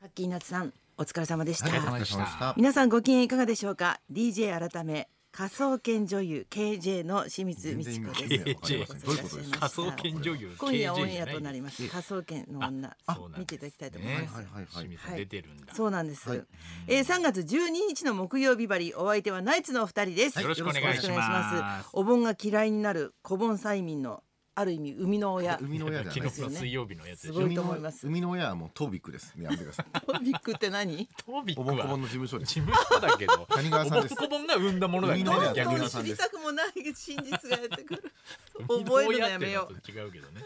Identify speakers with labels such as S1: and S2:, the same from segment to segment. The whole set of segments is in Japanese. S1: ハッキーナツさんお疲れ様でした、
S2: はいお疲れ
S3: お疲
S2: 様
S3: れ様でした。
S1: 皆さんご機嫌いかがでしょうか DJ 改め仮想研女優 KJ の清水
S3: 全
S1: 美
S3: 然
S1: 智
S3: 意味わ
S1: 子
S3: か
S1: で
S3: り
S1: す
S3: ま
S2: KJ
S3: せんどういうことですか。
S1: 仮
S3: は
S1: 想
S3: 研
S2: 女優。
S1: 今夜オンエアとなりますす仮想研の女
S2: あそうなんです
S1: 見ていただきたいと思います、
S3: いはいはい。
S2: 清水さん出てるんだ。
S1: そうなんです、
S3: はい
S1: えー3月12日の木曜日バリお相手はナイツのお二人です、
S2: はいよろしくお願いします
S1: よろくお願いしますお盆が嫌いになる古盆催眠のある意味生みの親
S3: 海の親じゃないで
S2: 昨日
S3: す。
S2: の水曜日のやつで
S1: す
S2: し
S1: ご
S2: ょ。
S1: いと思います
S3: 海の親はもうトービックです。やめてください。
S1: ビックって何
S2: トービッ
S3: お
S2: ク
S3: ぼんこぼ
S2: は
S3: んの事務所で
S2: 事
S3: す。
S2: 務所だけど、
S3: 谷川さんです
S2: おぼんこぼんが生んだものだ
S3: 海の
S2: から
S3: 親
S2: 逆
S1: どんど
S2: に
S1: ん
S3: さ
S1: 知
S3: ん
S1: り
S3: です
S1: たくもない真実がやってくる
S2: 海の
S1: 覚えるのや
S2: 親って
S1: め
S2: いう
S1: よう
S2: と違うけどね。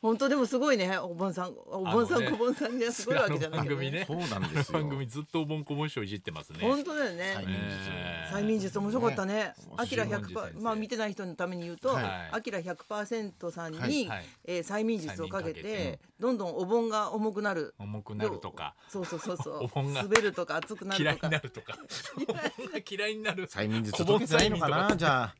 S1: 本当でもすごいねお盆さんお盆さん、
S2: あの
S1: 小
S2: ね
S1: 盆さんじゃすごいわけじゃないけど、ね
S2: あの番組ね
S3: そうなん
S2: う
S3: で
S2: ん。
S3: すよ。
S2: 番組ずっとおぼんこぼん賞いじってますね。
S1: 本当だよね、
S3: 催眠術
S2: えー
S1: 催眠術面白かったね。アキラ
S2: 面白い
S1: 100%まあ見てない人のために言うと、
S3: はい
S1: アキラ100%さんに、
S3: はい
S2: はい
S1: えー催眠術をかけて
S2: 催眠かけて
S1: どんどんお盆が重くなる。
S2: 重くなるとか、
S1: そうそうそうそ
S2: お
S1: う。
S2: 盆が
S1: 滑るとか熱くな
S2: 嫌
S1: る
S2: い
S1: と
S2: にな
S1: か。
S2: るとか、おぼんが嫌いになる。
S3: 催眠術
S2: こぼ
S3: 解
S2: ん
S3: けてないのか
S2: 催眠と
S3: なじゃあ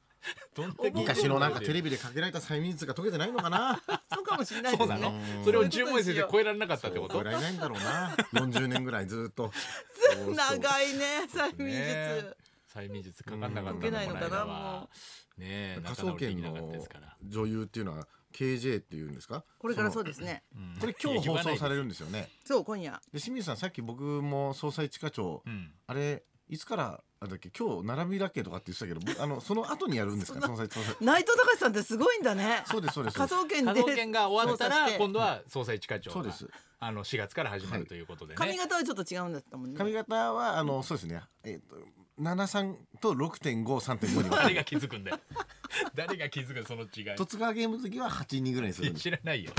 S2: どんだけ
S3: 昔のなんかテレビでかけられた催眠術が解けてないのかな
S1: そうかもしれないで
S2: そう
S1: す
S2: なの
S1: ね。
S2: それを10問先生超えられなかったってこ
S3: ど
S2: と
S3: れいないんだろうな40年ぐらいずっとそうそ う
S1: 長いね催眠
S2: ね
S1: 術。
S2: 催眠術かかんなかった
S3: うん解けないの
S1: かな
S2: こ間
S1: も
S2: はねえ
S3: 科捜研
S2: 仲直りできなかっ
S3: の
S2: たですから
S3: 女優っていうのは KJ っていうんですか
S1: これからそう
S3: で
S1: ですね。
S2: うん
S3: これ今日放送され
S2: る
S3: るんですよね
S1: そう今夜。
S3: で清水さんさっき僕も捜査一課長、
S2: うん
S3: あれいつからあれだっけ今日並びだっけとかって言ってたけど僕あのその後にやる んですかねその捜査一課長
S1: 内藤隆さんってすごいんだね。
S3: そうですそうです
S1: 科捜研
S2: 科
S1: で
S2: 捜研が終わった
S1: 操
S2: ら
S1: 作して
S2: 今度は捜査一課長
S3: そう
S2: が
S3: です
S2: あの4月から始まるということでね
S1: 髪型はちょっと違うんだったもんね。
S3: 髪型はあのそうですねえっ、と73と6.53.5に 分か
S2: 誰
S3: れ
S2: が気づくんだよ 誰が気づくその違い
S3: 十津川ゲーム好きは8人ぐらいにするんです
S2: 知らないよ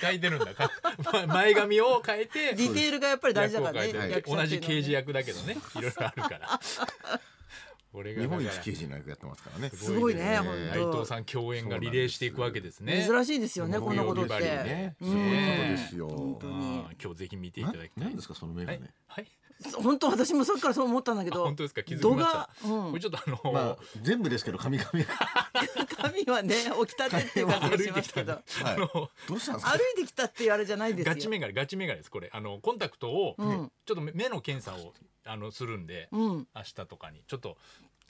S2: 変えてるんだかま前髪を変えて
S1: ディテールがやっぱり大事だからね。
S2: 役を変え
S1: 役
S2: て
S1: 者
S2: 同
S1: ってい
S2: じ
S1: うのはね
S2: 刑事役だけどねいろいろあるから 俺が
S3: 日
S2: だから
S3: 本一刑事の役やってますからね
S1: すごいね
S3: えー
S1: 本当
S2: 内藤さん共演がリレーしていくわけですね
S1: 珍しいですよねこんなことっ
S2: 木曜日バリ
S1: て
S2: ー。ね
S3: そういうことです
S1: 本
S3: よ
S1: 当
S2: う
S1: に
S2: ん今日ぜひ見てい
S3: な
S2: ただきたい
S3: なんですかそのメガ
S2: は
S3: ネ
S2: い、はい、
S1: 本当私もさっきからそう思ったんだけ
S2: あ
S1: ど
S2: 本当ですか気づきました
S1: 度 が、う
S2: これ
S1: ん、
S2: ちょっとあの、
S3: まあ全部ですけど髪髪が
S1: 髪はね起きたてっていう感じが
S2: 歩
S1: し
S2: いて
S1: ま
S2: き
S1: す
S2: た
S1: け
S2: んで
S1: ど歩
S3: は
S2: あ
S3: い
S2: の
S3: どうしたんですか
S1: いてきたっていうあれじゃないですよ
S2: ガチメガネガチメガネですこれあのコンタクトを、
S1: うん
S2: ちょっと目目の検査をあのするんで、
S1: うん
S2: 明日とかにちょっと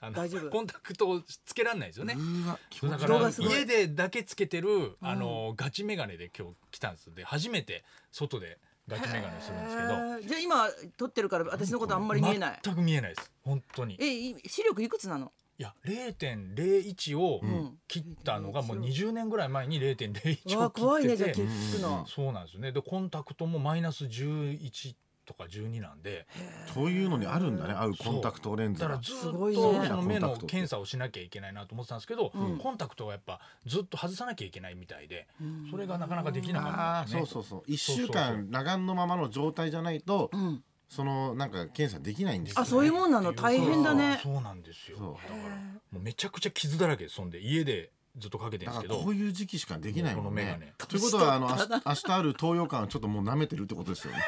S2: あの
S1: 大丈夫
S2: コンタクトをつけられないですよね
S3: うわ気持
S2: だ
S3: ち
S2: か
S1: 動
S3: 悪い
S2: ら
S1: 画すごい
S2: 家でだけつけてるあの、ガチメガネで今日来たんですで初めて外でガチメガネするんですけど
S1: へーじゃあ今撮ってるから私のことあんまり見えない
S2: 全く見えないです本当に
S1: えい視力いくつなの
S2: いや0.01を
S1: ん
S2: 切ったのがもう20年ぐらい前に0.01
S1: わ
S2: を
S1: あ怖い
S2: 切
S1: ね
S2: っ
S1: じゃあ
S2: て
S1: 聞
S2: て
S1: くの
S2: そうなんですよねでコンタクトもマイナス11とか12なんで
S3: そういうのにあるんだね合うコンタクトレンズ
S2: だから
S3: が
S2: ずっ
S1: す
S2: と
S1: ごいね
S2: その
S3: コ
S2: 目
S3: ンタ
S2: の
S3: クトって
S2: 検査をしなきゃいけないなと思ってたんですけどコンタクトはやっぱずっと外さなきゃいけないみたいでそれがなかなかできなかった
S3: あ
S2: ん
S3: ー
S2: ですね
S3: そうそうそう一週
S2: そうそう
S3: 間裸眼のままの状態じゃないと
S1: ん
S3: そのなんか検査できないんですよ
S1: あそういうもんなの大変だね
S2: そうそうなんですよだ
S3: そう
S2: からもうめちゃくちゃ傷だらけですそんで家でずっとかけてる
S3: だ
S2: んで
S3: から
S2: すけど
S3: こういう時期しかできないもん
S2: この
S3: ね
S2: メ
S3: ということはあの明日 明日ある東洋館はちょっともう舐めてるってことですよね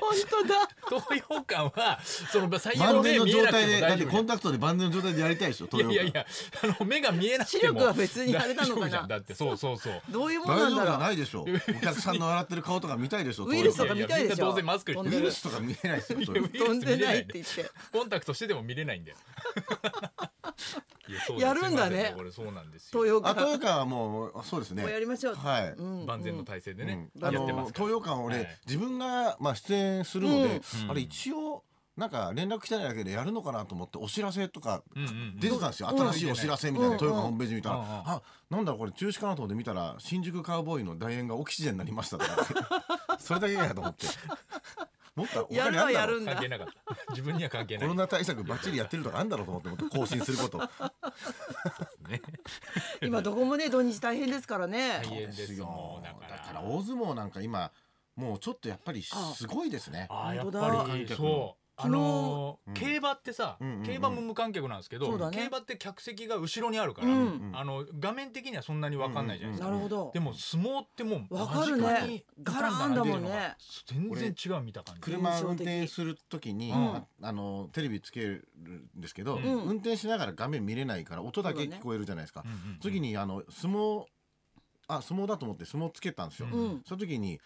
S1: 本当 だ
S2: 東洋館はその最悪
S3: 万
S2: の
S3: 全
S2: 目
S3: の
S2: 見え
S3: 状
S2: なくて
S3: 態で
S2: も
S3: だっ
S2: 大
S3: て
S2: 丈夫
S3: コンタクトで万全の状態でやりたいでしょ
S2: じゃん
S3: 東洋
S2: いやいやい
S3: 館
S2: やあの目が見えなくても
S1: 視力は別にあれなのかな
S2: 大丈夫じゃんだっ てそうそうそう
S1: どういうもん
S3: 大
S1: な
S3: 丈
S1: んだ
S3: 夫じゃ
S1: ろう
S3: ないでしょうお客さんの笑ってる顔とか見たいでしょ
S1: ウイルスと
S3: 東
S1: か見たいでし
S2: ややみんな
S1: ょ
S2: どうせマスクして
S1: 飛んで
S3: 洋館ウ
S2: る
S3: イ
S1: る
S3: ルスとか見えないですよ東
S2: い
S3: 洋
S2: や
S3: 館
S1: 飛んでないって言って
S2: コンタクトしてでも見れない んだよいやそうです
S1: やるんだね
S2: すいませこれそうなんですよ
S1: 東洋
S3: あ
S1: 館
S3: 東洋
S1: も
S3: 館はもうあそうですね
S1: うやりましょう
S3: はい、
S1: うん
S2: 万全の体制でね、
S3: うんあ
S2: やって
S3: の
S2: ますか
S3: 東
S2: ら
S3: 洋館俺、
S2: はい
S3: 自分がまあ出演するので、
S2: うん
S3: あれ一応なんか連絡来てないだけでやるのかなと思ってお知らせとか
S2: うんうんうん
S3: 出てたんですよ、
S2: うん
S3: 新しいお知らせみたい
S1: う
S3: な、
S1: ん
S3: 豊川ホームページ見たら、
S2: うんうん
S3: あなんだろうこれ中止かなと思って見たら新宿カウボーイの大演がオキシジェンになりましたとかって それだけかと思ってもっと他にあ
S1: や
S3: ん
S1: る
S3: だろ
S1: は
S3: う
S1: やるんだ
S2: 関係なかった自分には関係な
S3: コ
S2: い
S3: ロナ対策ばっちりやってるとかあんだろうと思ってもっと更新すること
S2: ね
S1: 今どこもね土日大変ですからね
S2: 大変ですよもうだから
S3: だから大相撲なんか今もうちょっとやっぱりすごいですね
S2: あーや
S1: 本
S2: っ
S1: 当だ
S2: ぱ
S3: 無観
S2: り
S3: 客の
S2: そうあのー
S3: 昨日
S2: 競馬ってさ、
S3: うんうんうん
S2: 競馬も無観客なんですけど、
S1: そうだね
S2: 競馬って客席が後ろにあるから、
S1: うん
S3: うん
S2: あの画面的にはそんなに分かんないじゃないですか、
S1: なるほど
S2: でも相撲ってもう
S1: わかるね
S2: 間近に
S1: ガラーンだもんね
S2: 全然違う見た感じ
S3: 車運転する時に、
S2: うん
S3: ああのテレビつけるんですけど、
S2: うん
S3: 運転しながら画面見れないから音だけ
S1: そうだね
S3: 聞こえるじゃないですか、
S2: うんうんうん
S3: 次にあの相撲あ相撲だと思って相撲つけたんですよ、
S2: うん
S1: うん
S3: その時に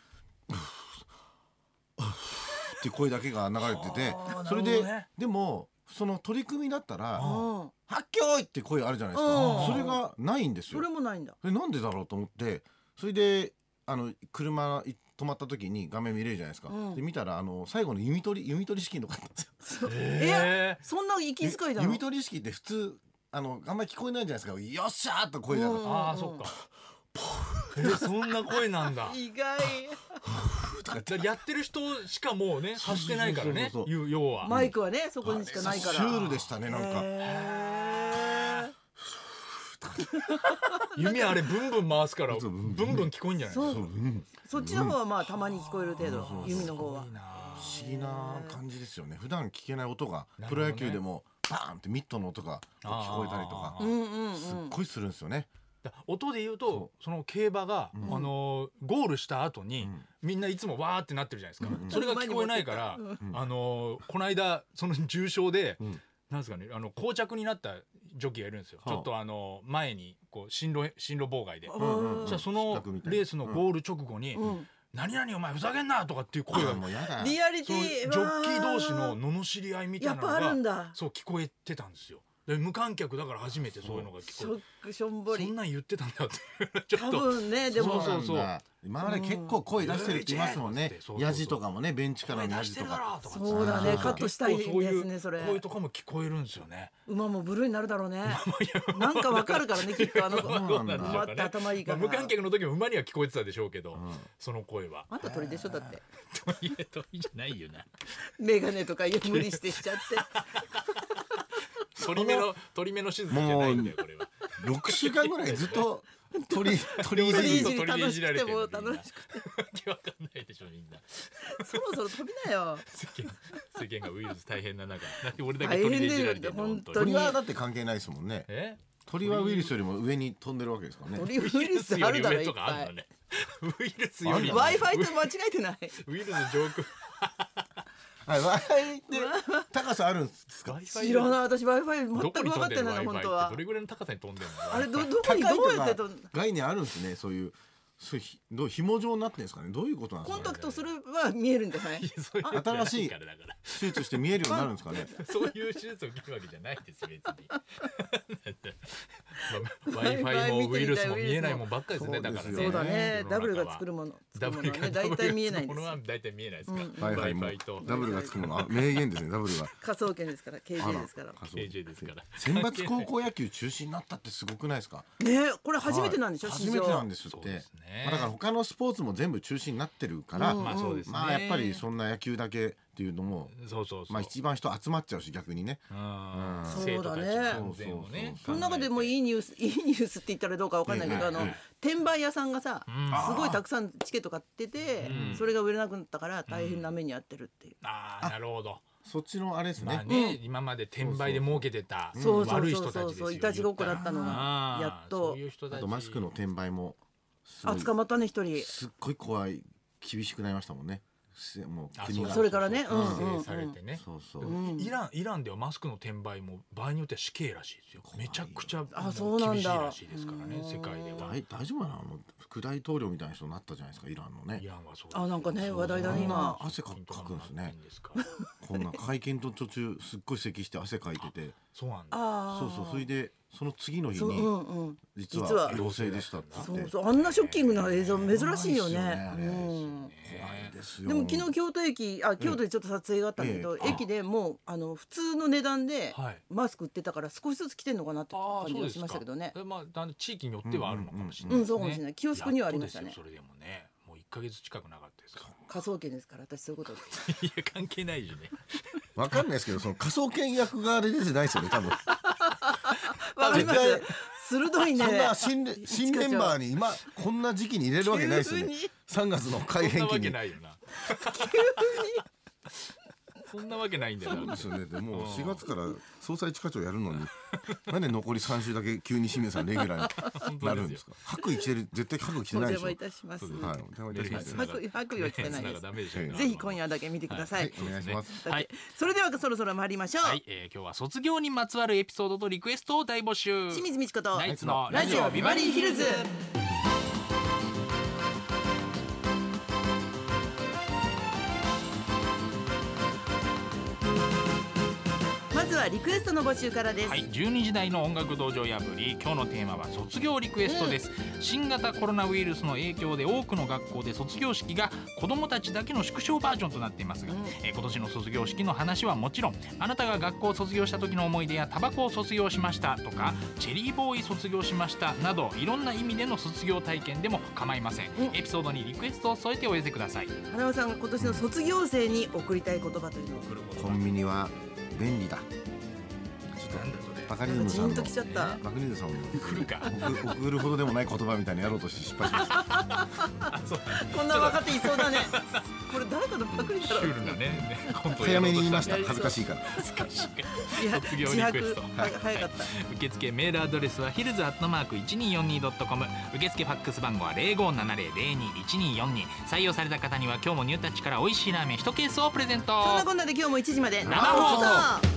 S3: って声だけが流れてて
S2: あー
S3: それ
S2: なる
S3: で、
S2: ほどね
S3: でもその取り組みだったら「
S2: あ
S1: うん
S3: 発狂い!」って声あるじゃないです
S1: う
S3: か
S1: ん
S3: それがないんです
S1: そ
S3: よ
S1: れ。もないんだ
S3: でなんでだろうと思ってそれであの車い止まった時に画面見れるじゃないですか、
S1: うん
S3: で見たらあの最後の弓取り弓取り式のがあったんです よ。
S2: え
S1: そんな息遣いだろ
S3: 弓取り式って普通あのあんまり聞こえないじゃないですか「よっしゃ!」と声が、
S1: うん
S2: ー、ああそっか。えーそんな声なん だ。
S1: 意外
S2: だからやってる人しかもうね発してないからね。
S3: そうそうそう
S2: ゆ要は。
S1: マイクはねそこにしかないから
S3: シュールでしたねなんか。
S1: へー
S2: 弓あれブンブン回すから
S3: そ
S2: ブ
S3: うブ
S2: ン
S3: ン
S2: ブ
S3: ブン
S2: ン聞こえんじゃない。
S1: そうう
S3: うん
S1: そっちの方はまあたまに聞こえる程度
S3: そう
S1: 弓の方は
S3: 不思議な感じですよね普段聞けない音が
S2: なるほ
S3: プ
S2: ど
S3: ロ
S2: ね
S3: 野球でもバーンってミットの音が聞こえたりとか
S2: あ
S1: う
S2: ー
S1: んうんうん
S3: すっごいするんですよね。
S2: だ音で言うとその競馬が、あのーゴールした後に、
S3: うん
S2: みんないつもわーってなってるじゃないですか、
S3: うん
S2: それが聞こえないから、
S3: ん
S2: あのーこの間その重傷で、
S3: うん
S2: なんですかねあの膠着になったジョッキーがいるんですよ、
S3: はあ
S2: ちょっとあのー前にこう進路進路妨害で。
S1: うんうん
S2: そしたらそのレースの
S3: ー
S2: ゴール直後に「
S1: うん
S2: 何々お前ふざけんな!」とかっていう声が、
S3: もう やだ。
S1: リアリテ
S2: そうジ
S1: ィ
S2: ョッキー同士の罵り合いみた
S1: や
S2: い
S1: っ
S2: なの
S1: ぱあるん
S2: が
S1: だ
S2: そう聞こえてたんですよ。で無観客だから初めてそういうのが
S1: シ
S2: 聞こ
S1: ョックしょん
S2: え
S1: ぼ
S2: そん
S1: り
S2: なん言ってたんだって いうちょっ
S1: 多
S2: と
S1: 分ねでも
S2: そうそうそう
S3: なんだ今まで結構声出してるって言いますもんね
S2: うんそうそうそう
S3: ヤジとかもねベンチから
S2: 声
S3: のヤ
S2: 出し
S3: ジ
S2: て
S3: と
S2: るだ
S3: か
S2: ろとか
S1: そうだね
S3: うん
S1: カットしたいで
S2: 結構そう
S1: すねそれ
S2: いう声とかも聞こえるんですよね。
S1: 馬もブルーになるだろうねなんかわかるからねきっとあの 子
S3: 馬は
S1: 馬
S3: どうなんでしょうかね
S1: って頭いい
S2: ま
S1: か
S2: あ
S1: ら
S2: 無観客の時も馬には聞こえてたでしょうけど、
S3: ん
S2: その声 は。
S1: あんた鳥でしょだって
S2: と言えといいじゃないよな。
S1: メガネとか無理してしちゃって
S2: 鳥目の鳥目の手術じゃないんだよこれは。
S3: 6週間ぐらいずっ と鳥鳥い
S1: 鳥
S3: じ
S1: い
S3: り
S1: じり楽しくても楽しく
S2: わ けわかんないでしょみんな。
S1: そろそろ飛びなよ
S2: 世間世間がウイルス大変な中、なんで俺だけ
S1: 大変
S2: 鳥でいじられて
S1: だよ
S2: るの
S1: 本
S2: 本
S1: 当に
S2: 当に。
S3: 鳥はだって関係ないですもんね
S2: え？
S3: 鳥はウイルスよりも上に飛んでるわけですからね
S1: 鳥ウイルスあるだろいっ
S2: とかあ
S1: ぱ
S2: るの
S1: い
S2: ね。ウイルスより
S1: w i f i と間違えてない
S2: ウイルス上空。
S3: はいわーいって高さあるんですか
S2: Wi-Fi
S1: 知らない私 w i f i 全
S2: どこ
S1: く
S2: に
S1: 分か
S2: 飛
S1: っ
S2: んで
S1: て
S2: る
S1: ない
S2: Wi-Fi
S1: 本
S2: っ
S1: 当は
S2: てどれぐらいの高さに飛んでるの
S1: あれど
S2: Wi-Fi
S1: どこ
S3: 高い
S1: に
S3: と
S1: どうやって
S3: か
S1: と
S3: 概念あるんですねそういうそういうひどう紐状になってんですかねどういうことなんで
S1: コ
S3: す
S1: ン
S3: か
S1: タ
S3: ね
S1: クトすれば見えるんじゃない
S2: そういうやつじゃなからだから
S3: 手術して見えるようになるんですかね
S2: そういう手術を受けるわけじゃないです 別にまあ Wi-Fi もウイルスも見えないもんばっかりですねだからね
S3: そ
S1: そうだね
S2: 世
S1: ダ
S2: の中は
S1: ブルが作るもの
S2: ダ
S1: 作る
S2: ブ
S1: ものはね
S2: ルが
S1: 大体見えないんで
S2: も
S1: す
S2: のは
S1: よ
S2: 大体見えないですか
S3: Wi-Fi も
S2: Wi-Fi と
S3: ダブルがつくものあ名言ですねダブルが
S1: 科捜研ですから KJ ですから
S3: あら
S2: KJ ですから
S3: 選抜高校野球中止になったってすごくないですか
S1: ねこれ初めてなんでしょ
S3: はい
S1: 史
S3: 初めてなん
S1: 上
S3: ですっ
S2: そう
S3: て、
S2: ですね
S3: まあ、だから他のスポーツも全部中止になってるから、
S2: まあそうですね
S3: まあやっぱりそんな野球だけっていうのも、
S2: そうそうそう
S3: まあ一番人集まっちゃうし逆にね
S2: うん
S1: そう
S2: 生徒
S1: そうだ
S2: たちの
S1: ね
S2: 安全をね
S1: その中でもい
S2: い
S1: いニュース いいニュースって言ったらどうかわかんないけど
S3: ええ
S1: あの
S3: ええ
S1: 転売屋さんがさ
S2: ん
S1: すごいたくさんチケット買ってて
S2: うん
S1: それが売れなくなったから大変な目に遭ってるっていう
S2: ああなるほど
S3: そっちのあれですね,、
S2: まあね今まで転売で儲けてた
S1: そうそう
S2: 悪い
S1: そ
S2: 人
S1: う
S2: た
S1: そ
S2: ちで
S1: う
S2: すよ
S1: そういたちごっこだったのが
S2: あー
S1: やっ
S2: そ
S1: と
S2: ういう人た
S3: あ
S2: ち
S3: とマスクの転売もすご
S1: あ
S3: い
S1: 捕まったね一人
S3: すっごい怖い厳しくなりましたもんねせもう
S2: あ
S3: 国
S2: う
S3: が
S2: だ
S1: それからね
S2: そう
S1: うんうんうん
S2: そう規制されてね
S3: そうそう、
S1: うん
S2: イランイランではマスクの転売も場合によっては死刑らしいですよ
S3: 怖い
S2: め
S3: よ
S2: ちゃくちゃ
S1: あ
S2: もう
S1: そうなんだ
S2: 厳しいらしいですからね世界では
S3: 大大丈夫なのあの副大統領みたいな人になったじゃないですかイランの
S2: イ
S3: ね
S2: ランはそうです
S1: あなんかね話題だね今
S3: あ汗かくかくんですね
S2: から
S3: こんな会見と途中すっごい咳して汗かいてて
S2: そうなんだ
S1: ああ
S3: そうそうそれでその次の日
S1: そうう
S3: に
S1: んうん
S3: 実
S1: 実は
S3: は陽性でしたって
S1: そ
S3: 言っ
S1: う
S3: て
S1: そうあんなショッキングな映像珍しいよ
S3: な
S1: ね
S3: いっすよねあ
S1: う
S3: れ
S1: ん
S3: 怖いですよ
S1: でも昨日京都駅あ京都でちょっと撮影があったんだけど、
S3: ええ
S1: 駅でもうあの普通の値段で
S2: はい
S1: マスク売ってたから少しずつ来てんのかなって
S2: ああ
S1: 感
S2: そ
S1: じ
S2: う
S1: が
S2: です
S1: し
S2: か
S1: ましたけどね。
S2: でまあだんだん地域によってはあるのかもし
S1: う
S2: れない
S1: ん
S2: です
S1: そ
S2: ね
S1: うかもしれない清須にはありましたね
S2: やっとですよそれでもねもう一ヶ月近くなかったですか
S1: 科捜研ですから私そういうこと。
S2: らいや関係ないでしょ ね
S3: わかんないですけどその仮想研役側で出てない ですよね多分
S1: わかります
S3: 絶対。
S1: 鋭いね
S3: そ。んな新レ新メンバーに今こんな時期に入れるわけないですよね
S1: 急に
S3: 3月の改
S2: そん
S3: 変
S2: な
S3: 期
S2: わけ
S3: に
S2: ないよなそんなわけないんだよ
S3: そう
S2: な
S3: ですよねでも4月から総裁地下長やるのに なんで残り3週だけ急に清水さんレギュラー になるんですか白衣着てる絶対白衣着て
S1: お
S3: ないで
S1: 邪
S3: しょは
S1: 魔い
S3: い
S1: たします。
S3: お邪魔いたします
S1: 白衣白衣は着てないです
S2: ねダメでしょうね
S1: ぜひ今夜だけ見てください。
S3: はいお願いします
S1: だけ
S2: はい
S1: それではそろそろ参りましょう。
S2: はい、えー、今日は卒業にまつわるエピソードとリクエストを大募集
S1: 清水美智子と
S2: ナイツの
S1: ラジオビバリーヒルズ。ずはリクエストの募集からです、
S2: はい、12時台の音楽道場破り今日のテーマは卒業リクエストです、新型コロナウイルスの影響で多くの学校で卒業式が子どもたちだけの縮小バージョンとなっていますが、
S1: うん
S2: えー今年の卒業式の話はもちろんあなたが学校を卒業した時の思い出やタバコを卒業しましたとかチェリーボーイ卒業しましたなどいろんな意味での卒業体験でも構いません、
S1: うん
S2: エピソードにリクエストを添えてお寄せください
S1: 花輪さんが今年の卒業生に送りたい言葉というのは
S3: コンビニは便利だちょっ
S2: なんだそれ
S3: とバカリ
S1: な
S3: ズ
S1: んかジ
S3: ム
S1: ーン
S3: さんの
S1: ときちゃった
S3: バカリズムさん
S2: 来るか
S3: の送送るほどでもない言葉みたいにやろうとして失敗しました
S1: こんな若手いそうだねこれ誰かのパクリ
S2: シ
S1: だろ
S2: ュールなねコントを
S3: 早
S2: やろう
S3: め
S2: と
S3: に言い
S2: た
S3: ました恥ずかしいから
S1: いや
S2: 卒業リクエスト
S1: 自白は早かっ
S2: 受付メールアドレスはヒルズアットマーク 1242.com 受付ファックス番号は0570021242採用された方には今日もニュータッチから美味しいラーメン1ケースをプレゼント
S1: たそんなこんなで今日も1時まで
S2: 生放送